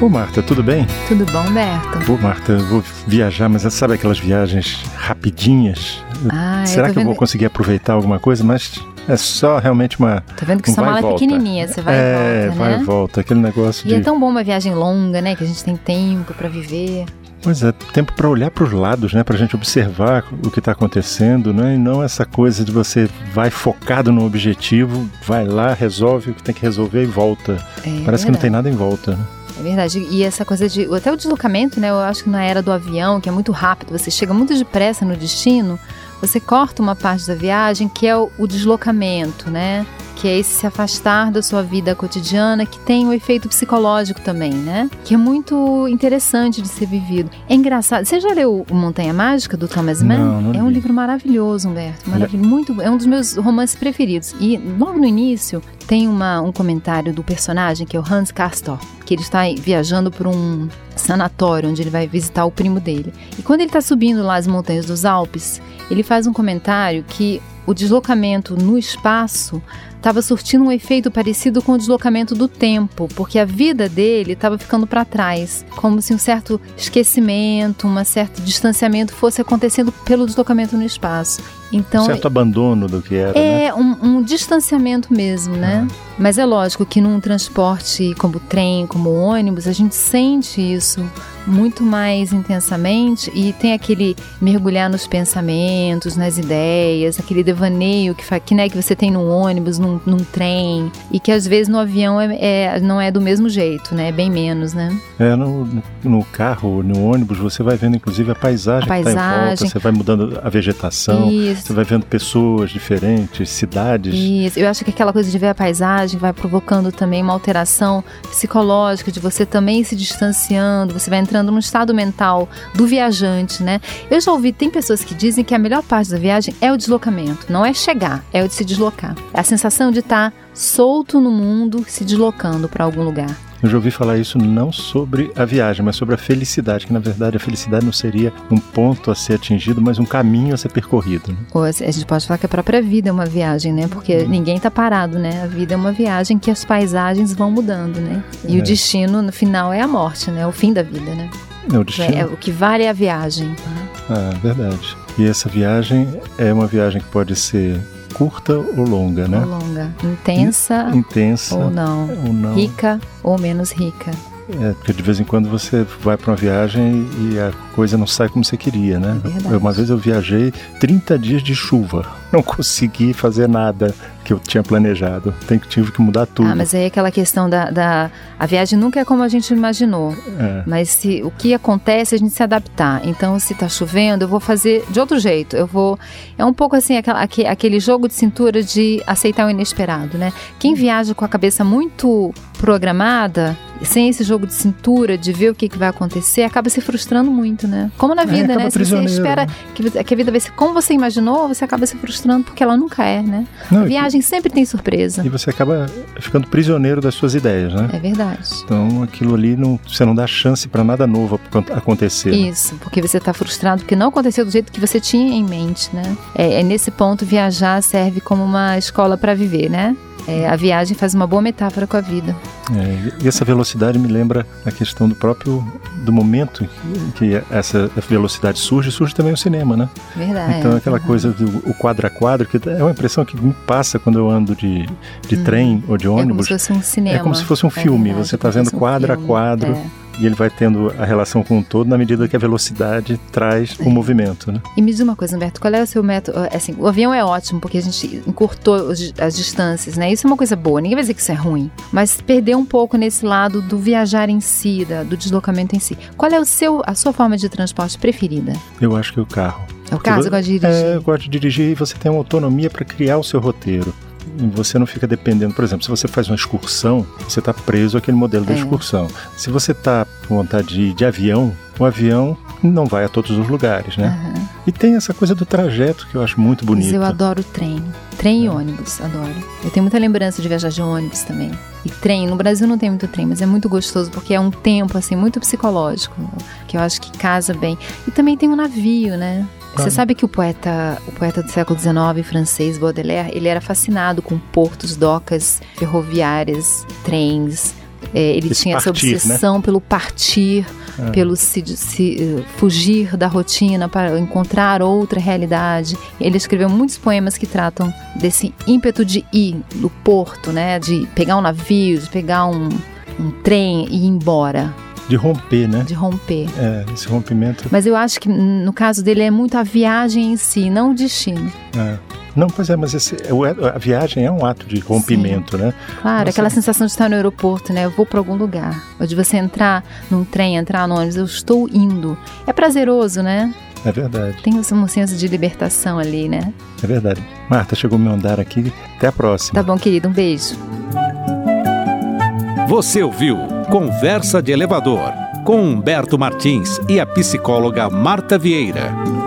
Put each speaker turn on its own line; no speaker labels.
Ô Marta, tudo bem?
Tudo bom, Berto?
Pô, Marta, eu vou viajar, mas sabe aquelas viagens rapidinhas?
Ah,
Será
eu
que
tô
eu
vendo,
vou conseguir aproveitar alguma coisa? Mas é só realmente uma.
Tô vendo que
um
sua
vai e
mala é
volta.
pequenininha, você vai
é,
e volta,
vai
né?
e volta, aquele negócio
E é
de.
tão bom uma viagem longa, né? Que a gente tem tempo pra viver.
Pois é, tempo para olhar para os lados, né? Para a gente observar o que está acontecendo, né? E não essa coisa de você vai focado no objetivo, vai lá, resolve o que tem que resolver e volta.
É
Parece
verdade.
que não tem nada em volta. né?
É verdade. E essa coisa de. Até o deslocamento, né? Eu acho que na era do avião, que é muito rápido, você chega muito depressa no destino, você corta uma parte da viagem que é o, o deslocamento, né? Que é esse se afastar da sua vida cotidiana, que tem um efeito psicológico também, né? Que é muito interessante de ser vivido. É engraçado. Você já leu O Montanha Mágica do Thomas Mann?
Não, não
é um
li.
livro maravilhoso, Humberto. Maravilhoso. Muito, é um dos meus romances preferidos. E logo no início, tem uma- um comentário do personagem, que é o Hans Castor, que ele está viajando por um sanatório onde ele vai visitar o primo dele. E quando ele está subindo lá as montanhas dos Alpes, ele faz um comentário que o deslocamento no espaço estava surtindo um efeito parecido com o deslocamento do tempo, porque a vida dele estava ficando para trás, como se um certo esquecimento, um certo distanciamento fosse acontecendo pelo deslocamento no espaço. Então,
um certo abandono do que era, né?
é um, um distanciamento mesmo, né? Mas é lógico que num transporte como trem, como ônibus, a gente sente isso muito mais intensamente e tem aquele mergulhar nos pensamentos, nas ideias, aquele devaneio que, fa- que, né, que você tem num ônibus, num, num trem e que às vezes no avião é- é- não é do mesmo jeito, né? É bem menos, né?
É, no, no- no carro, no ônibus, você vai vendo inclusive a paisagem,
A
que está em volta,
paisagem.
você vai mudando a vegetação, você
Isso.
vai vendo pessoas diferentes, cidades.
Isso, eu acho que aquela coisa de ver a paisagem vai provocando também uma alteração psicológica, de você também se distanciando, você vai entrando num estado mental do viajante, né? Eu já ouvi, tem pessoas que dizem que a melhor parte da viagem é o deslocamento, não é chegar, é o de se deslocar. É a sensação de estar solto no mundo, se deslocando para algum lugar.
Eu já ouvi falar isso não sobre a viagem, mas sobre a felicidade, que na verdade a felicidade não seria um ponto a ser atingido, mas um caminho a ser percorrido. né?
Ou a gente pode falar que a própria vida é uma viagem, né? Porque ninguém tá parado, né? A vida é uma viagem que as paisagens vão mudando, né? E
É.
o destino, no final, é a morte, né? O fim da vida, né?
Não, o destino.
É, o que vale é a viagem. né?
Ah, verdade. E essa viagem é uma viagem que pode ser curta ou longa,
Ou
né?
longa, intensa
Intensa
ou não,
ou não.
rica ou menos rica. Ah,
É, porque de vez em quando você vai para uma viagem e a coisa não sai como você queria, né?
É verdade.
uma vez eu viajei 30 dias de chuva. Não consegui fazer nada que eu tinha planejado. Tem que tive que mudar tudo.
Ah, mas aí aquela questão da, da- a viagem nunca é como a gente imaginou,
É.
mas se o que acontece é a gente se adaptar. Então, se tá chovendo, eu vou fazer de outro jeito. Eu vou é um pouco assim aquela- aque- aquele jogo de cintura de aceitar o inesperado, né? Quem viaja com a cabeça muito programada sem esse jogo de cintura, de ver o que, que vai acontecer, acaba se frustrando muito, né? Como na
É,
vida,
acaba
né? Se você
prisioneiro,
espera
né?
que, você- que a vida vai ser como você imaginou, você acaba se frustrando porque ela nunca é, né?
Não,
A
e-
viagem sempre tem surpresa.
E você acaba ficando prisioneiro das suas ideias, né?
É verdade.
Então aquilo ali não, você não dá chance para nada novo acon- acontecer. né?
Isso, porque você está frustrado porque não aconteceu do jeito que você tinha em mente, né? É, é nesse ponto viajar serve como uma escola para viver, né? É, a viagem faz uma boa metáfora com a vida.
É, e essa velocidade me lembra a questão do próprio do momento que essa velocidade surge, surge também o cinema, né?
Verdade.
Então aquela coisa do o quadro a quadro, que é uma impressão que me passa quando eu ando de, de trem ou de
é como
ônibus.
se fosse um cinema.
É como se fosse um
É
filme,
verdade,
você está
como se
vendo
fosse um
quadro a
filme.
quadro
É.
e ele vai tendo a relação com o todo na medida que a velocidade traz
É.
o movimento, né?
E me diz uma coisa, Humberto, qual é o seu método? Assim, o avião é ótimo porque a gente encurtou os- as distâncias, né? Isso é uma coisa boa, ninguém vai dizer que isso é ruim. Mas perder um pouco nesse lado do viajar em si, da- do deslocamento em si. Qual é o seu, a sua forma de transporte preferida?
Eu acho que o carro.
É o caso,
Você-
eu gosto de
É,
dirigir.
eu gosto de dirigir e você tem uma autonomia para criar o seu roteiro. E Você não fica dependendo, por exemplo, se você faz uma excursão, você está preso àquele modelo da
É.
excursão. Se você está com vontade de, ir de avião, o avião não vai a todos os lugares, né?
Aham.
E tem essa coisa do trajeto que eu acho muito
Mas
bonita.
eu adoro trem.
É.
Trem e ônibus, adoro. Eu tenho muita lembrança de viajar de ônibus também. E trem, no Brasil não tem muito trem, mas é muito gostoso porque é um tempo assim muito psicológico, que eu acho que casa bem. E também tem o navio, né?
Claro.
Você sabe que o poeta, o poeta do século XIX francês Baudelaire, ele era fascinado com portos, docas ferroviárias, trens, É, ele
Esse
tinha
partir, né?
essa obsessão pelo partir,
Ah.
pelo se, se, eh, fugir da rotina para encontrar outra realidade. Ele escreveu muitos poemas que tratam desse ímpeto de ir do porto, né? De pegar um navio, de pegar um, um trem e ir embora,
De romper, né?
de romper.
É, esse rompimento.
Mas eu acho que hum, no caso dele é muito a viagem em si, não o destino.
é. Não, pois é, mas esse, o- a viagem é um ato de rompimento, né?
Claro,
Nossa.
aquela sensação de estar no aeroporto, né? Eu vou para algum lugar. Ou de você entrar num trem, entrar no ônibus, eu estou indo. É prazeroso, né?
É verdade.
Tem um senso de libertação ali, né?
É verdade. Marta, chegou meu andar aqui. Até a próxima.
Tá bom, querido, um beijo.
Você ouviu Conversa de Elevador com Humberto Martins e a psicóloga Marta Vieira.